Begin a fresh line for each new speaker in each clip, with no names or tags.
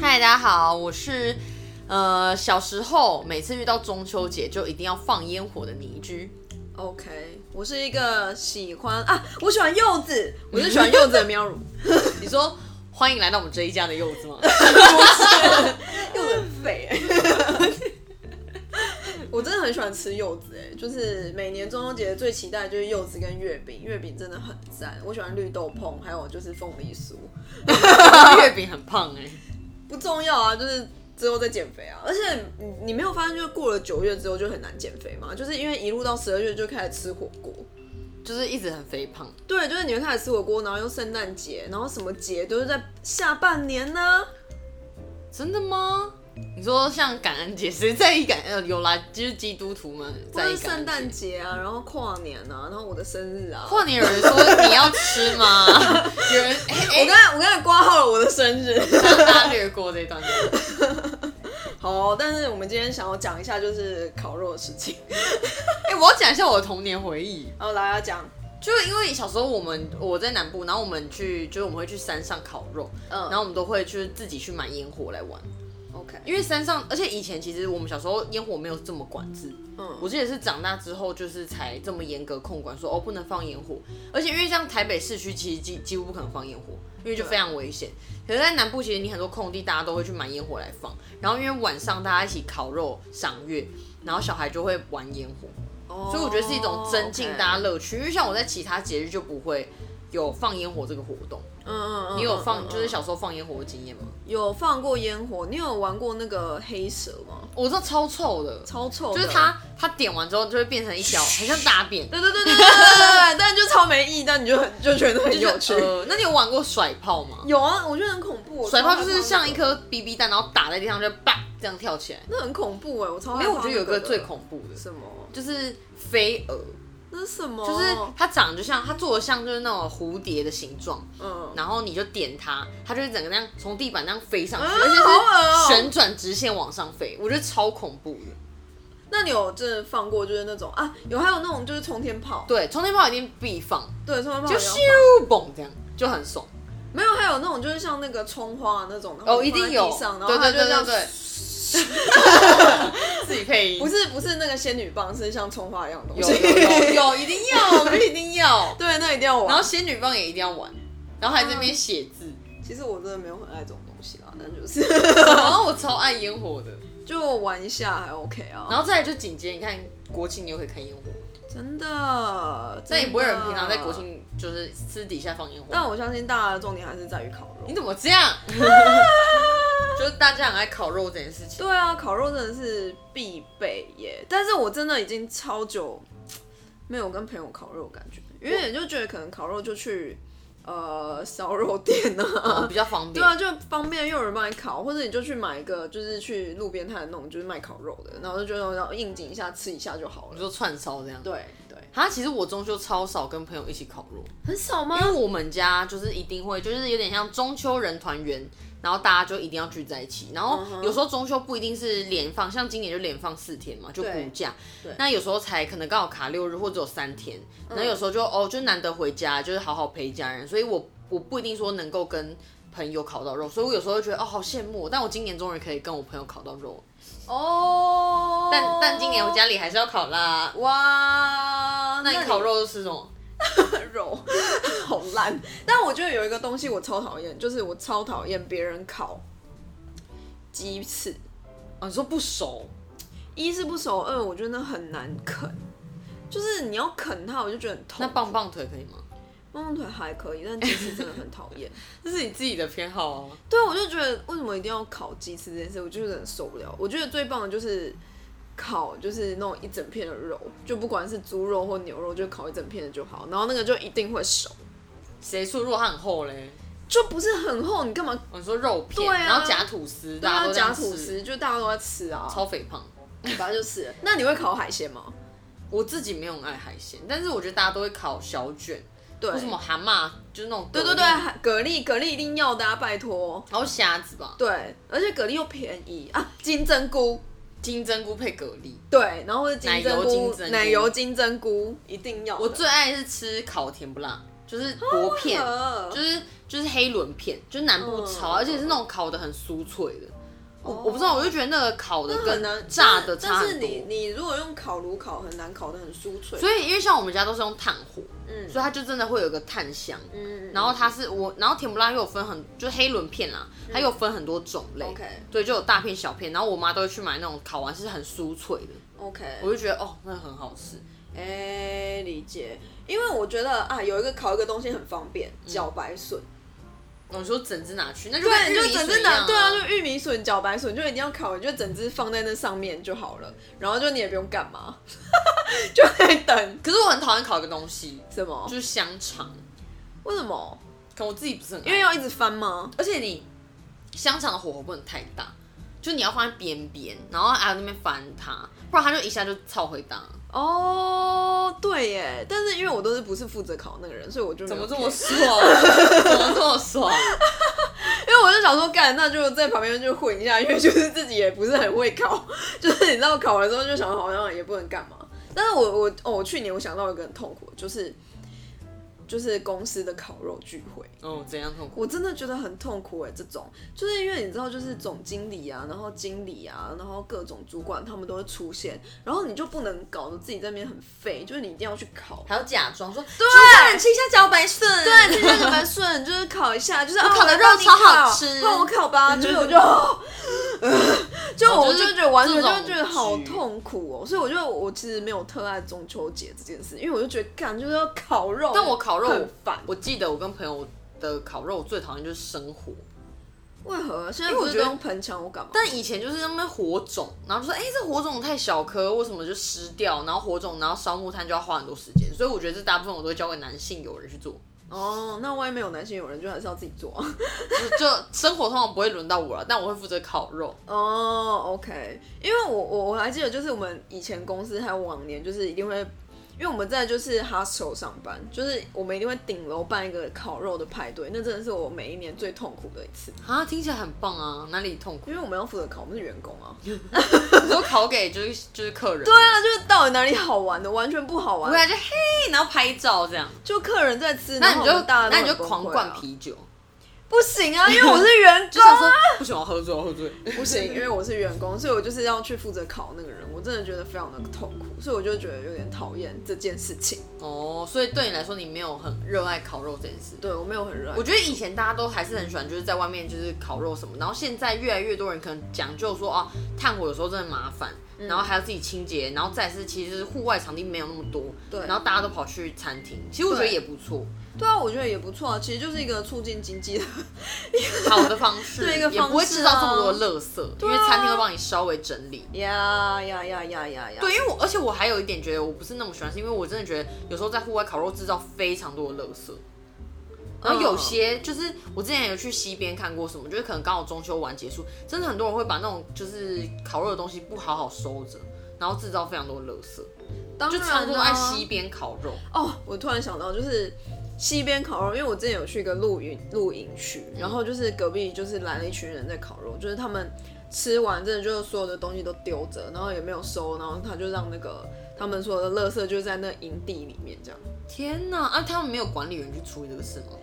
嗨，大家好，我是呃小时候每次遇到中秋节就一定要放烟火的倪居。
OK，我是一个喜欢啊，我喜欢柚子，我是喜欢柚子的喵乳，
你说欢迎来到我们这一家的柚子 吗？
柚子很肥、欸。 我真的很喜欢吃柚子、欸，哎，就是每年中秋节最期待的就是柚子跟月饼，月饼真的很赞。我喜欢绿豆椪，还有就是凤梨酥，
月饼很胖哎、
不重要啊，就是之后再减肥啊。而且你你没有发现，就是过了九月之后就很难减肥嘛，就是因为一路到十二月就开始吃火锅。
就是一直很肥胖。
对，就是你会开始吃火锅，然后又圣诞节，然后什么节都是在下半年呢、
真的吗？你说像感恩节，谁在意感呃有啦，就是基督徒们
或
在意
是
感
圣
恩
诞
节。
节啊，然后跨年啊，然后我的生日啊。
跨年有人说你要吃吗？ 有人哎哎，
我刚才我刚才挂号了我的生日。
让大家略过这一段。
好，但是我们今天想要讲一下就是烤肉的事情。
哎、我要讲一下我的童年回忆。
然后大家讲，
就是因为小时候我们我在南部，然后我们去就是我们会去山上烤肉，
嗯，
然后我们都会就是自己去买烟火来玩，
OK，
因为山上，而且以前其实我们小时候烟火没有这么管制，
嗯，
我记得是长大之后就是才这么严格控管，说哦不能放烟火，而且因为像台北市区其实几几乎不可能放烟火，因
啊
为就非常危险。可是，在南部其实你很多空地大家都会去买烟火来放，然后因为晚上大家一起烤肉赏月，然后小孩就会玩烟火，所
所
以我觉得是一
哦
种增进大家乐趣。因为像我在其他节日就不会有放烟火这个活动，
嗯嗯嗯，
你有放
嗯
就是小时候放烟火的经验吗？
有放过烟火，你有玩过那个黑蛇吗？
我知道超臭的，
超臭
就
的，
是它它点完之后就会变成一条很像大便，
对，对对对对对对对，但就超没意义，但你就很就觉得很有趣。
呃那你有玩过甩炮吗？
有啊，我觉得很恐怖，我
甩
超害
炮
怕
就是像一
那个，
颗 BB 弹，然后打在地上就叭这样跳起来。
那很恐怖哎，我超害
没
怕
有，我觉得有一
那
个
的
最恐怖的，
什么？
就是飞蛾，
那是什么？
就是它长得就像它做的像就是那种蝴蝶的形状，
嗯，
然后你就点它，它就会整个那样从地板那样飞上去，
啊
而
好恶哦
且是旋转直线往上飞，我觉得超恐怖的。
那你有真的放过就是那种啊，有还有那种就是冲天炮，
对，冲天炮一定必放，
对，冲天炮
就
也哦要
咻
放
嘣这样就很爽。
没有，还有那种就是像那个葱花那种，然后
哦，一定有
放在地，上，然
对
后它
对
就
对
这样
对对， 自己配音
不是不是那个仙女棒，是像葱花一样的东
有
西。
有有有，一定要，我们一定要。
对，那一定要玩。
然后仙女棒也一定要玩，然后还在
嗯
那边写字。
其实我真的没有很爱这种东西啦，但就是
然后我超爱烟火的，
就玩一下还 OK 啊。
然后再来就紧接，你看国庆你又可以看烟火，
真的，
但也不会有人
真的
平常在国。庆就是私底下放烟火。
但我相信大家的重点还是在于烤肉
你。怎么这 样？就是大家很爱烤肉这件事情。
对啊，烤肉真的是必备耶！但是我真的已经超久没有跟朋友烤肉的感觉，因为就觉得可能烤肉就去呃烧肉店啊，
嗯比较方
对
便，
啊，就方便又有人帮你烤，或者你就去买一个，就是去路边摊那种，就是卖烤肉的，然后就觉得然后应景一下吃一下就好
我
了。
说串烧这样。
对对，
啊，其实我中秋超少跟朋友一起烤肉，
很少吗
因为我们家就是一定会，就是有点像中秋人团圆，然后大家就一定要聚在一起。然后
嗯哼
有时候中秋不一定是连放，像今年就连放四天嘛，就补假
对。嗯
那有时候才可能刚好卡六日或者有三天，然后有时候就、哦，就难得回家，就是好好陪家人。所以我我不一定说能够跟朋友烤到肉，所以我有时候会觉得哦，好羡慕哦。但我今年终于可以跟我朋友烤到肉，
哦，
但但今年我家里还是要烤啦。
哇，
那你烤肉是什么？
肉 好烂。但我觉得有一个东西我超讨厌，就是我超讨厌别人烤鸡翅，
哦，你说不熟，
一是不熟，二我觉得那很难啃。就是你要啃它，我就觉得很痛。
那棒棒腿可以吗？
棒棒腿还可以，但鸡翅真的很讨厌。
这是你自己的偏好哦、
对，我就觉得为什么一定要烤鸡翅这件事，我就有点受不了。我觉得最棒的就是烤，就是那种一整片的肉，就不管是猪肉或牛肉，就烤一整片的就好。然后那个就一定会熟，
谁说如果它很厚嘞？
就不是很厚，你干嘛？
我说肉片，
对啊
然后夹吐司，
对
大家
啊，
都这
夹
样
吐
吃，
司就大家都在吃啊，
超肥胖。
反正就是。那你会烤海鲜吗？
我自己没有很爱海鲜，但是我觉得大家都会烤小卷，
对
或，什么蛤蟆，就是那种
对对对，海蛤蜊蛤蜊一定要的、啊，拜托。
然后虾子吧，
对，而且蛤蜊又便宜啊，金针菇。
金针菇配蛤蜊。
对，然后是金针
奶油金
菇
针、菇
奶油金针菇一定要的。
我最爱是吃烤甜不辣，就是薄片，
好恶
就是就是黑轮片，就是南部超
嗯
爱，而且是那种烤的很酥脆的。我
哦
我不知道，我就觉得那个烤的
那很难
跟炸的差
但是
很多。
你你如果用烤炉烤，很难烤的很酥脆。
所以因为像我们家都是用炭火，
嗯
所以它就真的会有一个炭香。
嗯，
然后它是我，然后甜不辣又有分很，就是黑轮片啦，它又分很多种类，
嗯 OK
对，就有大片小片。然后我妈都会去买那种烤完是很酥脆的，
OK，
我就觉得哦，那很好吃。
哎、理解。因为我觉得啊，有一个烤一个东西很方便，
嗯
茭白笋。
我说整只拿去，那就跟
对，
玉
就
米
整
笋
只
一样
拿，对啊，就玉米笋、茭白笋，就一定要烤，你就整只放在那上面就好了。然后就你也不用干嘛， 就在等
可是我很讨厌烤一个东西，
什么
就？是香肠，
为什么？
可我自己不是很爱，
因为要一直翻吗？
而且你香肠的火候不能太大，就你要放在边边，然后还有那边翻它，不然它就一下就超回档。
哦、对耶，但是因为我都是不是负责烤那个人，所以我就没
怎
有
么这
care
么爽？啊 怎么这么爽？
因为我就想说，干，那就在旁边就混一下，因为就是自己也不是很会烤，就是你知道烤了之后就想好像也不能干嘛。但是我我哦，我去年我想到一个很痛苦的，就是就是公司的烤肉聚会，
哦，怎样痛苦？
我真的觉得很痛苦哎、这种就是因为你知道，就是总经理啊，然后经理啊，然后各种主管他们都会出现，然后你就不能搞得自己在那边很废，就是你一定要去烤。
还要假装说对，
对，
吃一下茭白笋。
对，今天蛮顺，就是烤一下，就是啊
烤的
来
肉
帮你
超好
烤
吃
换我烤吧，就是我就，就
哦
我
就是
就觉得完全
这
就
种
觉得好
局
痛苦哦，所以我就我其实没有特爱中秋节这件事，因为我就觉得干就是要烤肉，
但我烤肉
很烦，
我记得我跟朋友的烤肉，我最讨厌就是生火。
为何现
因
在
为
不
我
是
觉
都
得
用盆腔，我干嘛？
但以前就是那么火种，然后就说，哎、这火种太小颗，为什么就湿掉？然后火种，然后烧木炭就要花很多时间，所以我觉得这大部分我都会交给男性友人去做，
哦，那万一没有男性友人，就还是要自己做啊。
就就生活通常不会轮到我了，但我会负责烤肉。
哦、o k 因为我我我还记得，就是我们以前公司还有往年，就是一定会，因为我们在就是 hostel 上班，就是我们一定会顶楼办一个烤肉的派对，那真的是我每一年最痛苦的一次，
啊，听起来很棒啊，哪里痛苦？
因为我们要负责烤，我们是员工啊。
你说烤给就是就是客人，对
对，啊，就是到底哪里好玩的，完全不 好
回来
玩，
就嘿，然后拍照这样，
就客人在吃，
那
然
你
后
就
我们大家都
那你就
很崩溃啊
狂灌，啤酒，
不行啊，因为我是员
就
工
想。说不行，我喝醉，我喝醉。
不行，因为我是员工，所以我就是要去负责考那个人，我真的觉得非常的痛苦，所以我就觉得有点讨厌这件事情。
哦，所以对你来说，你没有很热爱烤肉这件事。
对我没有很热爱
我，觉得以前大家都还是很喜欢，就是在外面就是烤肉什么，然后现在越来越多人可能讲究说啊，炭火有时候真的麻烦，然后还要自己清洁，然后再是其实户外场地没有那么多，
对
然后大家都跑去餐厅，其实我觉得也不错，
对啊，我觉得也不错啊，其实就是一个促进经济的，
好的方 式，
对一个
也不会
方式
制造这么
啊
多垃圾，因为
啊
餐厅会帮你稍微整理。
呀呀呀呀呀呀，
对，因为我而且我还有一点觉得我不是那么喜欢，是因为我真的觉得有时候在户外烤肉制造非常多的垃圾，然后
嗯
有些就是我之前有去西边看过什么，就是可能刚好中秋完结束，真的很多人会把那种就是烤肉的东西不好好收着，然后制造非常多的垃圾，
当
就
然
超多
啊
爱西边烤肉，
哦，我突然想到，就是西边烤肉，因为我之前有去一个露营露营区，然后就是隔壁就是来了一群人在烤肉，就是他们吃完真的就是所有的东西都丢着，然后也没有收，然后他就让那个他们所有的垃圾就在那营地里面这样。
天哪！啊，他们没有管理员去处理这个事吗？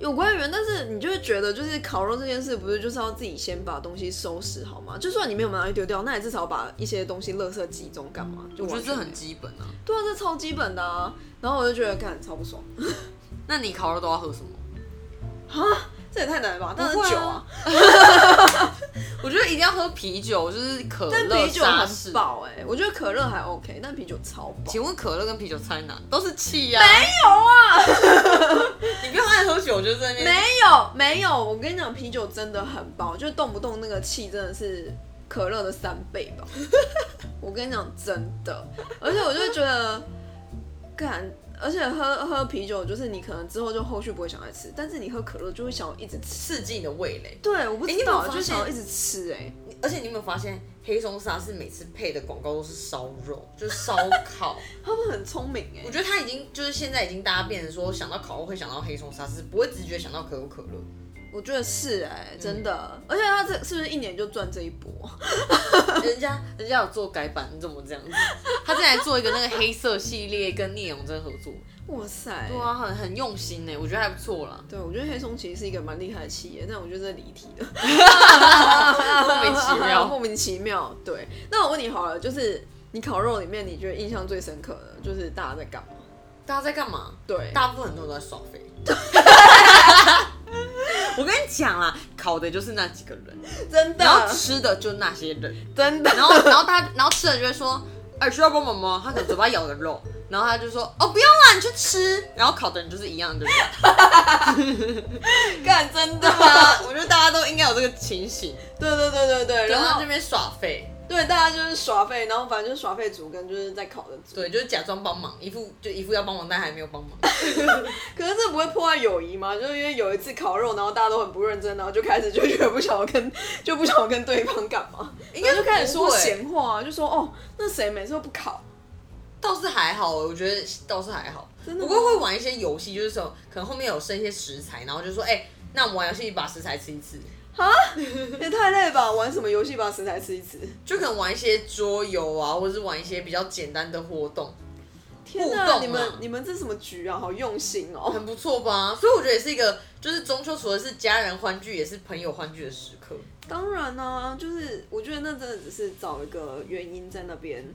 有管理员，但是你就会觉得，就是烤肉这件事，不是就是要自己先把东西收拾好吗？就算你没有把东西丢掉，那也至少把一些东西垃圾集中干嘛？就
我觉得
完
这
全
很
没有
基本啊。
对啊，这超基本的啊。然后我就觉得，干超不爽，
那你烤肉都要喝什么？
这也太难了吧？当然
不会啊
是酒啊。
我觉得一定要喝啤酒，就是可
但
乐、
啤酒
沙
很
士。
饱哎、我觉得可乐还 OK，但啤酒超饱。
请问可乐跟啤酒差在哪？都是气呀、没有啊， 你不用爱喝酒，我就在那边。
没有没有，我跟你讲，啤酒真的很饱，就动不动那个气真的是可乐的三倍吧。 我跟你讲，真的，而且我就觉得，干，而且喝喝啤酒就是你可能之后就后续不会想再吃，但是你喝可乐就会想要一直吃。
刺激你的味蕾，
对，我不
诶你
知
有没有
道，
发
就想要
现
一直吃哎、
而且你有没有发现，黑松沙是每次配的广告都是烧肉，就是烧 烤。
他们很聪明哎、
我觉得他已经就是现在已经大家变成说，想到烤肉会想到黑松沙，是不会直觉想到可口可乐。
我觉得是哎、真的，而且他这是不是一年就赚这一波？
人家人家有做改版，你怎么这样子？他之前还做一个那个黑色系列，跟聂永真合作，
哇塞！。
对啊，很很用心呢，我觉得还不错 啦
对，我觉得黑松其实是一个蛮厉害的企业，但我觉得这离题了，
莫名其
莫
妙，
名其妙。对，那我问你好了，就是你烤肉里面，你觉得印象最深刻的就是大家在干嘛？
大家在干嘛？
对，
大部分很多人都在耍废。 我跟你讲啦，烤的就是那几个人，
真
然后
的，
吃的就那些人，
真的，
然后 然后他然后吃的就会说，哎、需要帮忙吗？他可能嘴巴咬个肉， 然后他就说，哦，不用啦，你去吃。 然后烤的人就是一样的人，
干 真的
对吧？ 我觉得大家都应该有这个情形，
对对对对对，
然
然
后
后
这边耍废。
对大家就是耍废，然后反正就是耍废族跟就是在烤的族。
对，就是假装帮忙，一副就一副要帮忙，但还没有帮忙。
可是这不会破坏友谊吗？就是因为有一次烤肉，然后大家都很不认真，然后就开始就觉得不想要跟 就不想要跟对方干嘛，
应
然后就开始说
不会，
闲话、啊，就说哦，那谁每次都不烤，
倒是还好，我觉得倒是还好。
真的
不
吗
过会玩一些游戏，就是说可能后面有剩一些食材，然后就说，哎、那我们玩游戏把食材吃一吃，
也太累吧？玩什么游戏把食材吃一吃？
就可能玩一些桌游啊，或者是玩一些比较简单的活动，
天
互
哪、
动啊
你们你们这是什么局啊？好用心哦！
很不错吧？ 所以我觉得也是一个，就是中秋除了是家人欢聚，也是朋友欢聚的时刻。
当然啊，就是我觉得那真的只是找一个原因在那边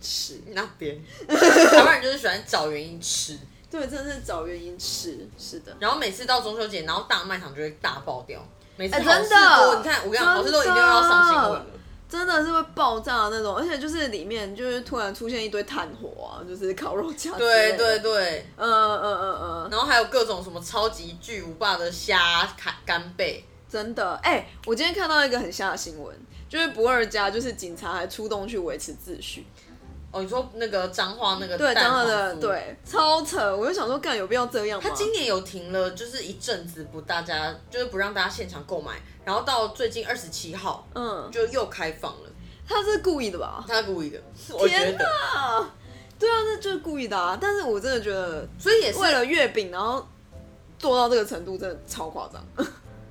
吃，
那 边台湾人就是喜欢找原因吃，
对，真的是找原因吃，是的。
然后每次到中秋节，然后大卖场就会大爆掉。每次
哎
好事
真的
多，你看我跟你讲，好事多一定
真的
要上新闻了。
真的是会爆炸的那种，而且就是里面就是突然出现一堆炭火啊，就是烤肉架之
对
类的。
对对，
嗯，嗯嗯嗯嗯，
然后还有各种什么超级巨无霸的虾干干贝，
真的。哎、我今天看到一个很吓的新闻，就是不二家就是警察还出动去维持秩序，
哦，你说那个彰化那个
对，
蛋
张
黄
赫
酥
的，对，超扯。我就想说，干有必要这样吗
他？今年有停了，就是一阵子不大家就是不让大家现场购买，然后到最近二十七号
嗯，
就又开放了，
他是故意的吧？
他故意的，我觉
哦天
得，
啊，对啊，这就是故意的啊！但是我真的觉得，
所以也是
为了月饼，然后做到这个程度，真的超夸张。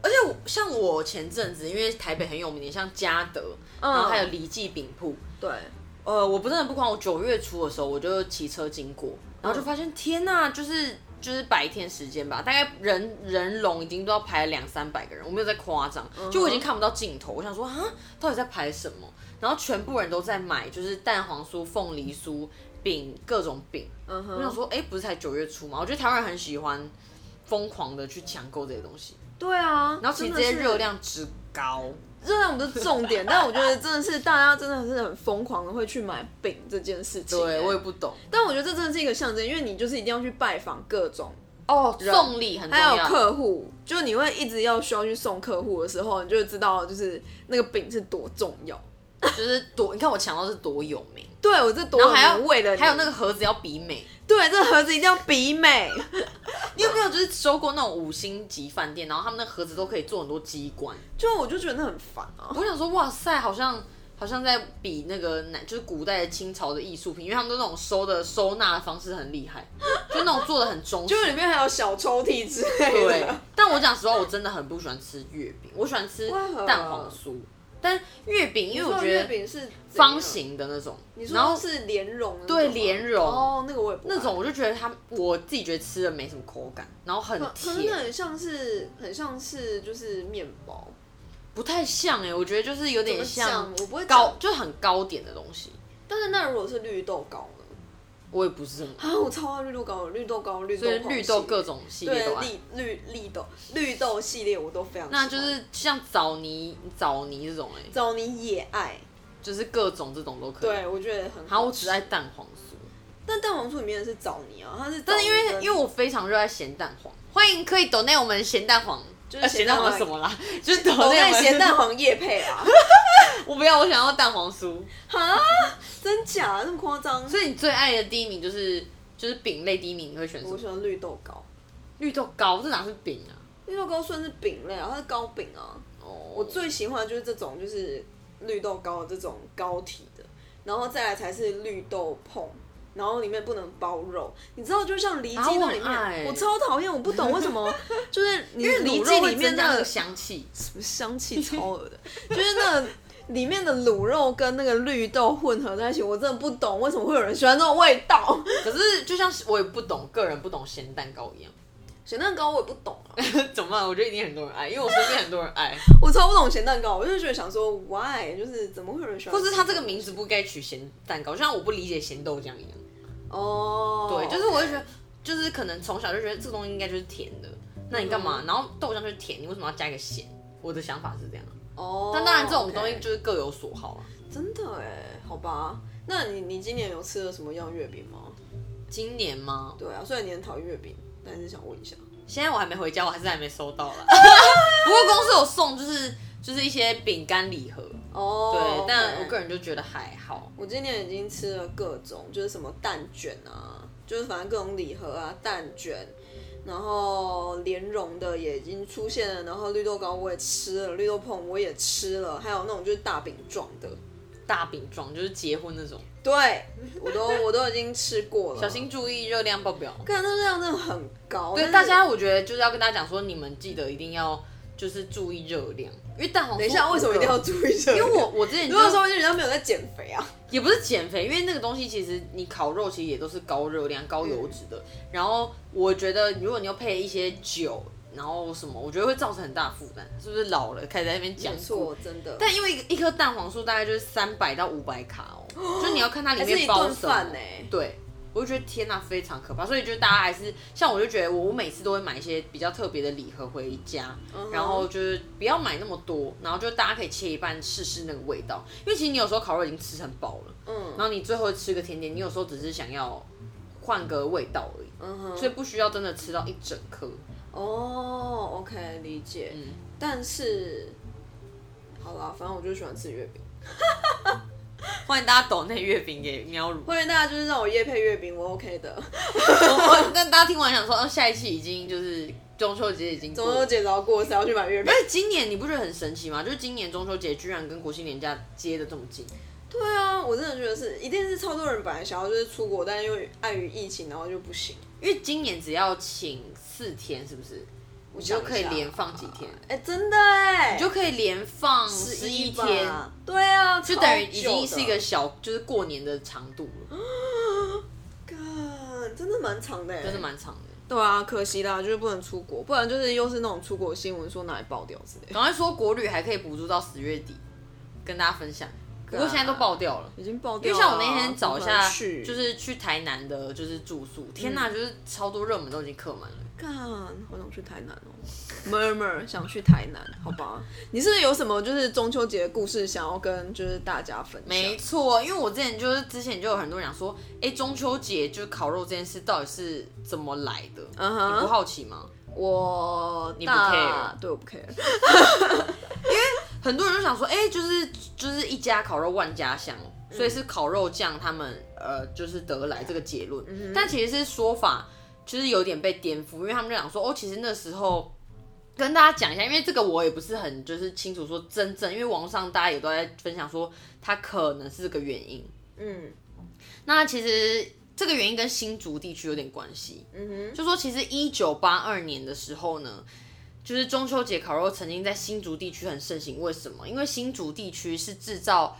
而且我像我前阵子，因为台北很有名的，像嘉德，
嗯
然后还有李记饼铺。
对，
呃，我不真的不夸，我九月初的时候我就骑车经过，然后就发现天呐、就是就是白天时间吧，大概人人龙已经都要排了两三百个人，我没有在夸张，就我已经看不到尽头。我想说啊，到底在排什么？然后全部人都在买，就是蛋黄酥、凤梨酥、饼各种饼。
嗯哼
我想说，哎、不是才九月初嘛？我觉得台湾人很喜欢疯狂的去抢购这些东西。
对啊，
然后其实
真
这
的
些
是
热量之高，
热量不是重 点，但我觉得真的是大家真的是很疯狂的会去买饼这件事情。
对
欸
我也不懂
但我觉得这真的是一个象征，因为你就是一定要去拜访各种，
哦。送礼很重
还有
要，
客户，就你会一直要需要去送客户的时候，你就会知道就是那个饼是多重要。
就是多，你看我抢到是多有名，
对我这多
然后还要
有为了你
还有那个盒子要比美。
对这盒子一定要比美，
你有没有就是收过那种五星级饭店，然后他们那盒子都可以做很多机关？
就我就觉得那很烦啊。
我想说，哇塞，好像好像在比那个南，就是古代的清朝的艺术品，因为他们都那种收的收纳的方式很厉害，就那种做的很中式
就。是里面还有小抽屉之类
对
的，，
但我讲实话，我真的很不喜欢吃月饼，我喜欢吃
为何
蛋黄酥。但月饼， 因为我
说
觉
月
得
饼是怎样
方，形的那种，
你
然
说
后
是莲蓉的那种
对
吗，
莲蓉
哦，那个我也不
那
爱
种我就觉得它，我自己觉得吃了没什么口感，然后很
可可是那
甜，
很像是很像是就是面包，
不太像哎、我觉得就是有点
像
像
我不会
糕
讲，，
就是很糕点的东西，
但是那如果是绿豆糕呢？
我也不是很，
啊，我超爱绿豆糕，绿豆糕、绿豆
所以
椪
绿
系
豆
列
各种系列都
对
爱。
绿绿绿豆绿豆系列我都非常喜欢，
那就是像枣泥、枣泥这种哎、
枣泥也爱，
就是各种这种都可以。
对我觉得很
然后
好
我
吃。
只爱蛋黄酥，
但蛋黄酥里面的是枣泥啊，它是
但是因为因为
为
我非常热爱咸蛋黄，欢迎可以抖内我们咸蛋黄，
就是
呃
咸
咸
蛋
蛋
黄
黄什么啦， 就是抖内
我
我
在
们
咸蛋，黄叶配 啊，
我不要，我想要蛋黄酥。
哈，真假那么夸张？
所以你最爱的第一名就是就是饼类第一名，你会选什
我
么？
喜欢绿豆糕，
绿豆糕，这哪是饼啊？
绿豆糕算是饼类啊，它是糕饼啊。
哦，
我最喜欢的就是这种，就是绿豆糕这种糕体的，然后再来才是绿豆椪，然后里面不能包肉，你知道，就像里脊
啊我很
那里面，
爱
我超讨厌，我不懂为什 么，就是你
因为
里
卤
脊
肉会
里面
增加
那
那
个
个香气，
香 气超恶的，就是那个里面的卤肉跟那个绿豆混合在一起，我真的不懂为什么会有人喜欢这种味道。
可是就像我也不懂，个人不懂咸蛋糕一样，
咸蛋糕我也不懂啊，
怎么办？我觉得一定很多人爱，因为我身边很多人 爱，
我超不懂咸蛋糕，我就觉得想说 why，就是怎么会有人喜欢？
或是它这个名字不该取咸蛋糕，就像我不理解咸豆浆一样。
哦，
对，就是我会觉得，就是可能从小就觉得这个东西应该就是甜的，那你干
嗯
嘛？然后豆浆就是甜，你为什么要加一个咸？我的想法是这样。
哦，
但当然，这种东西
OK
就是各有所好啊。
真的哎，好吧。那你你今年有吃了什么样月饼吗？
今年吗？
对啊，虽然你很讨厌月饼，但是想问一下。
现在我还没回家，我还是还没收到 啦。不过公司有送，就是就是一些饼干礼盒。
哦，
对
OK
但我个人就觉得还好。
我今年已经吃了各种，就是什么蛋卷啊，就是反正各种礼盒啊，蛋卷，然后莲蓉的也已经出现了，然后绿豆糕我也吃了，绿豆椪我也吃了，还有那种就是大饼状的，
大饼状就是结婚那种，
对我都我都已经吃过了。
小，心注意热量爆表。
看那热量真的很高。
对
但是
大家，我觉得就是要跟大家讲说，你们记得一定要就是注意热量，因为蛋黄酥
等一下为什么一定要注意这个？
因为我我之前就
如果说人家没有在减肥啊，
也不是减肥，因为那个东西其实你烤肉其实也都是高热量、高油脂的。
嗯
然后我觉得如果你要配一些酒，然后什么，我觉得会造成很大负担，是不是老了开始在那边讲
没
过？
错，真的。
但因为一个一颗蛋黄酥大概就是三百到五百卡哦，就你要看它里
还是
面
一
包
顿
什么
饭。欸
对，我就觉得天哪、非常可怕。所以就大家还是像我就觉得我我每次都会买一些比较特别的礼盒回家，
哼
然后就是不要买那么多，然后就大家可以切一半试试那个味道，因为其实你有时候烤肉已经吃很饱了。
嗯
然后你最后吃个甜点，你有时候只是想要换个味道而已，
嗯哼，
所以不需要真的吃到一整颗。
哦，OK，理解。
嗯，
但是，好啦，反正我就喜欢吃月饼。
欢迎大家抖那月饼给喵乳。
欢迎大家就是让我夜配月饼，我 OK 的。
但大家听完想说，哦，下一期已经就是中秋节已经过
中秋
了。
节只要过，谁要去买月 饼
而？且今年你不觉得很神奇吗？就是今年中秋节居然跟国庆年假接的这么近，
对啊，我真的觉得是，一定是超多人本来想要就是出国，但因为碍于疫情，然后就不行。
因为今年只要请四天，是不是？
我
你就
想一
可以
下
连放几天，
哎、真的哎、
你就可以连放十一
11
天，
吧。对啊，
就等于已经
超
是一
久的
个小就是过年的长度了，
干，真的蛮长的、欸，
真的。蛮长的。
对啊，可惜啦，就是不能出国，不然就是又是那种出国新闻说哪里爆掉之类的，
赶快说国旅还可以补助到十月底，跟大家分享。不
啊
过现在都爆掉了，
已经爆
因
掉
为
了啊。
像我那天找一
不可
下
能，去
就是去嗯台南的，就是住宿，天呐，就是超多热门都已经客满了。
干，好想去台南哦，murmur 想去台南，好吧？你是不是有什么就是中秋节的故事想要跟就是大家分享？
没错，因为我之前就是之前就有很多人讲说，哎、中秋节就是烤肉这件事到底是怎么来的？
嗯哼
你不好奇吗？
我
你不
大
care
对，我不 care。
很多人就想说，哎、就是就是一家烤肉万家香，所以是烤肉酱他们呃就是得来这个结论，但其实是说法就是有点被颠覆，因为他们就想说，哦，其实那时候。跟大家讲一下，因为这个我也不是很就是清楚说真正，因为网上大家也都在分享说它可能是这个原因。
嗯
那其实这个原因跟新竹地区有点关系。
嗯
就说其实一九八二年的时候呢，就是中秋节烤肉曾经在新竹地区很盛行。为什么？因为新竹地区是制造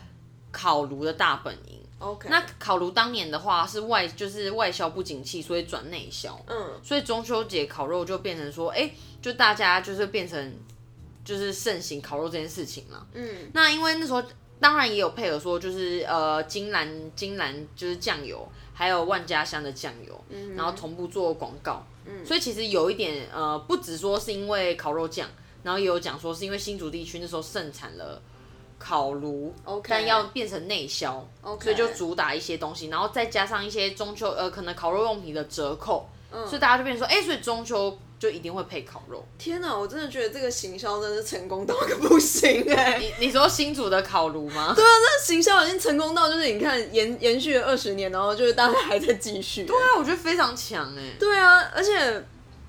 烤炉的大本营。
哼，OK。
那烤炉当年的话是外就是外销不景气，所以转内销。
嗯
所以中秋节烤肉就变成说，哎、就大家就是变成就是盛行烤肉这件事情了。
嗯
那因为那时候当然也有配合说，就是呃金兰金兰就是酱油，还有万家香的酱油，
嗯
然后同步做广告，所以其实有一点呃，不只说是因为烤肉酱，然后也有讲说是因为新竹地区那时候盛产了。烤炉
OK 哦
但要变成内销
OK
所以就主打一些东西，然后再加上一些中秋呃可能烤肉用品的折扣，所以大家就变成说，哎、所以中秋就一定会配烤肉。
天哪，我真的觉得这个行销真的是成功到一个不行哎、
你你说新竹的烤炉吗？
对啊，那行销已经成功到就是你看延延续了二十年，然后就是大家还在继续、对
对啊，我觉得非常强哎、
对啊，而且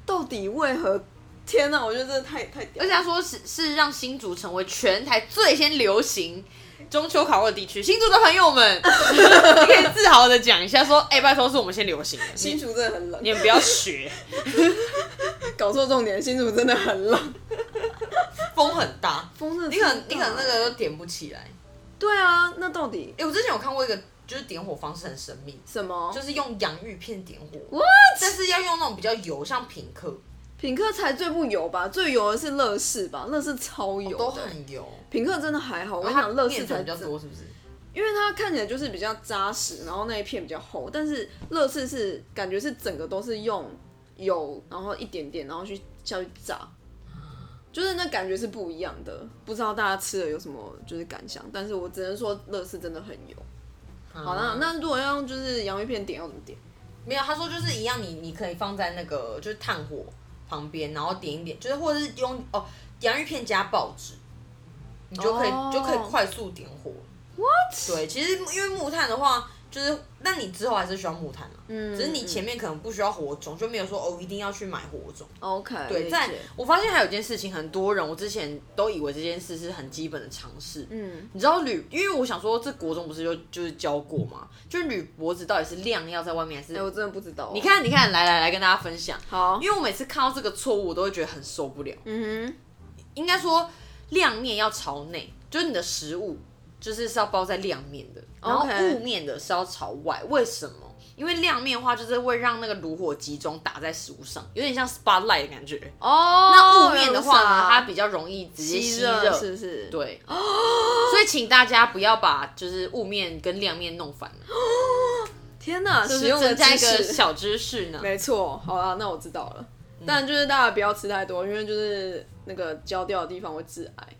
到底为何？天哪，我觉得真的太太屌了
而且他说是是让新竹成为全台最先流行，中秋烤肉地区，新竹的朋友 们，你可以自豪的讲一下，说，哎、拜托，是我们先流行的，
新
你
竹真的很冷，
你们不要学，
搞错重点，新竹真的很冷，
风很大，欸
风真的
你可能你可能那个都点不起来。
对啊，那到底
哎、我之前有看过一个，就是点火方式很神秘，
什么？
就是用洋芋片点火但是要用那种比较油，像品客
品客才最不油吧，最油的是乐事吧，乐事超油
哦都
的。
很油。
品客真的还好，我
我
跟你讲，乐事
面
才
粉比较多，是不是？
因为它看起来就是比较扎实，然后那一片比较厚，但是乐事是感觉是整个都是用油，然后一点点，然后去下去炸，就是那感觉是不一样的。不知道大家吃了有什么就是感想，但是我只能说乐事真的很油。好啦，那如果要用就是洋芋片点要怎么点？
嗯没有，他说就是一样你，你可以放在那个就是炭火旁边，然后点一点，就是或者是用哦洋芋片加报纸，你就可以、
哦
就可以快速点火。What？对，其实因为木炭的话，就是那你之后还是需要木炭啊，
嗯
只是你前面可能不需要火种，就没有说哦一定要去买火种。
嗯 OK
对，
理
在
解
我发现还有一件事情，很多人我之前都以为这件事是很基本的常识，
嗯
你知道铝，因为我想说，这国中不是就就是教过吗？就是铝箔纸到底是量要在外面还是
哎、？我真的不知道、
你，看，你看，来来来，跟大家分享。
好，
因为我每次看到这个错误，我都会觉得很受不了。
嗯
应该说，亮面要朝内，就是你的食物就是是要包在亮面的，然后
OK
雾面的是要朝外。为什么？因为亮面的话，就是会让那个炉火集中打在食物上，有点像 spotlight 的感觉。
哼，哦，
那雾面的话呢，它
它
比较容易直接
吸
吸
热
热，
是不是？，
对， 所以请大家不要把就是雾面跟亮面弄反了，
天哪，
就
使
是
用
增
的
加一
知
个
识，
小知识呢。
没错，好啦，那我知道了。但就是大家不要吃太多，因为就是那个焦掉的地方会致癌。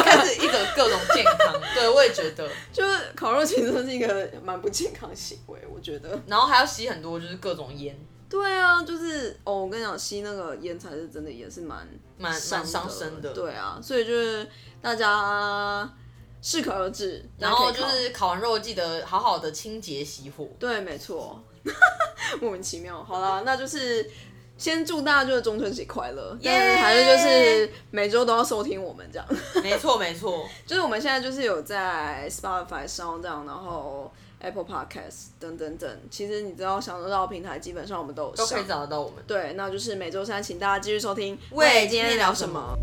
开始一个各种健康， 对我也觉得，
就是烤肉其实真是一个蛮不健康的行为，我觉得。
然后还要吸很多就是各种烟，
对啊，就是哦，我跟你讲，吸那个烟才是真的也是蛮
蛮蛮伤身
身
的。，
对啊，所以就是大家适可而止，
然后
大
就
家可以烤
是烤完肉记得好好的清洁熄 火。
对，没错， 莫名其妙。好啦，那就是先祝大家就是中秋节快 乐，但是还是就是每周都要收听我们这样。
没错没错，
就是我们现在就是有在 Spotify 上这样，然后 Apple Podcast 等等等。其实你知道，想得到的平台基本上我们都有
都可
上
以。找得到我们。
对，那就是每周三，请大家继续收听。
喂
喂，今天聊什么？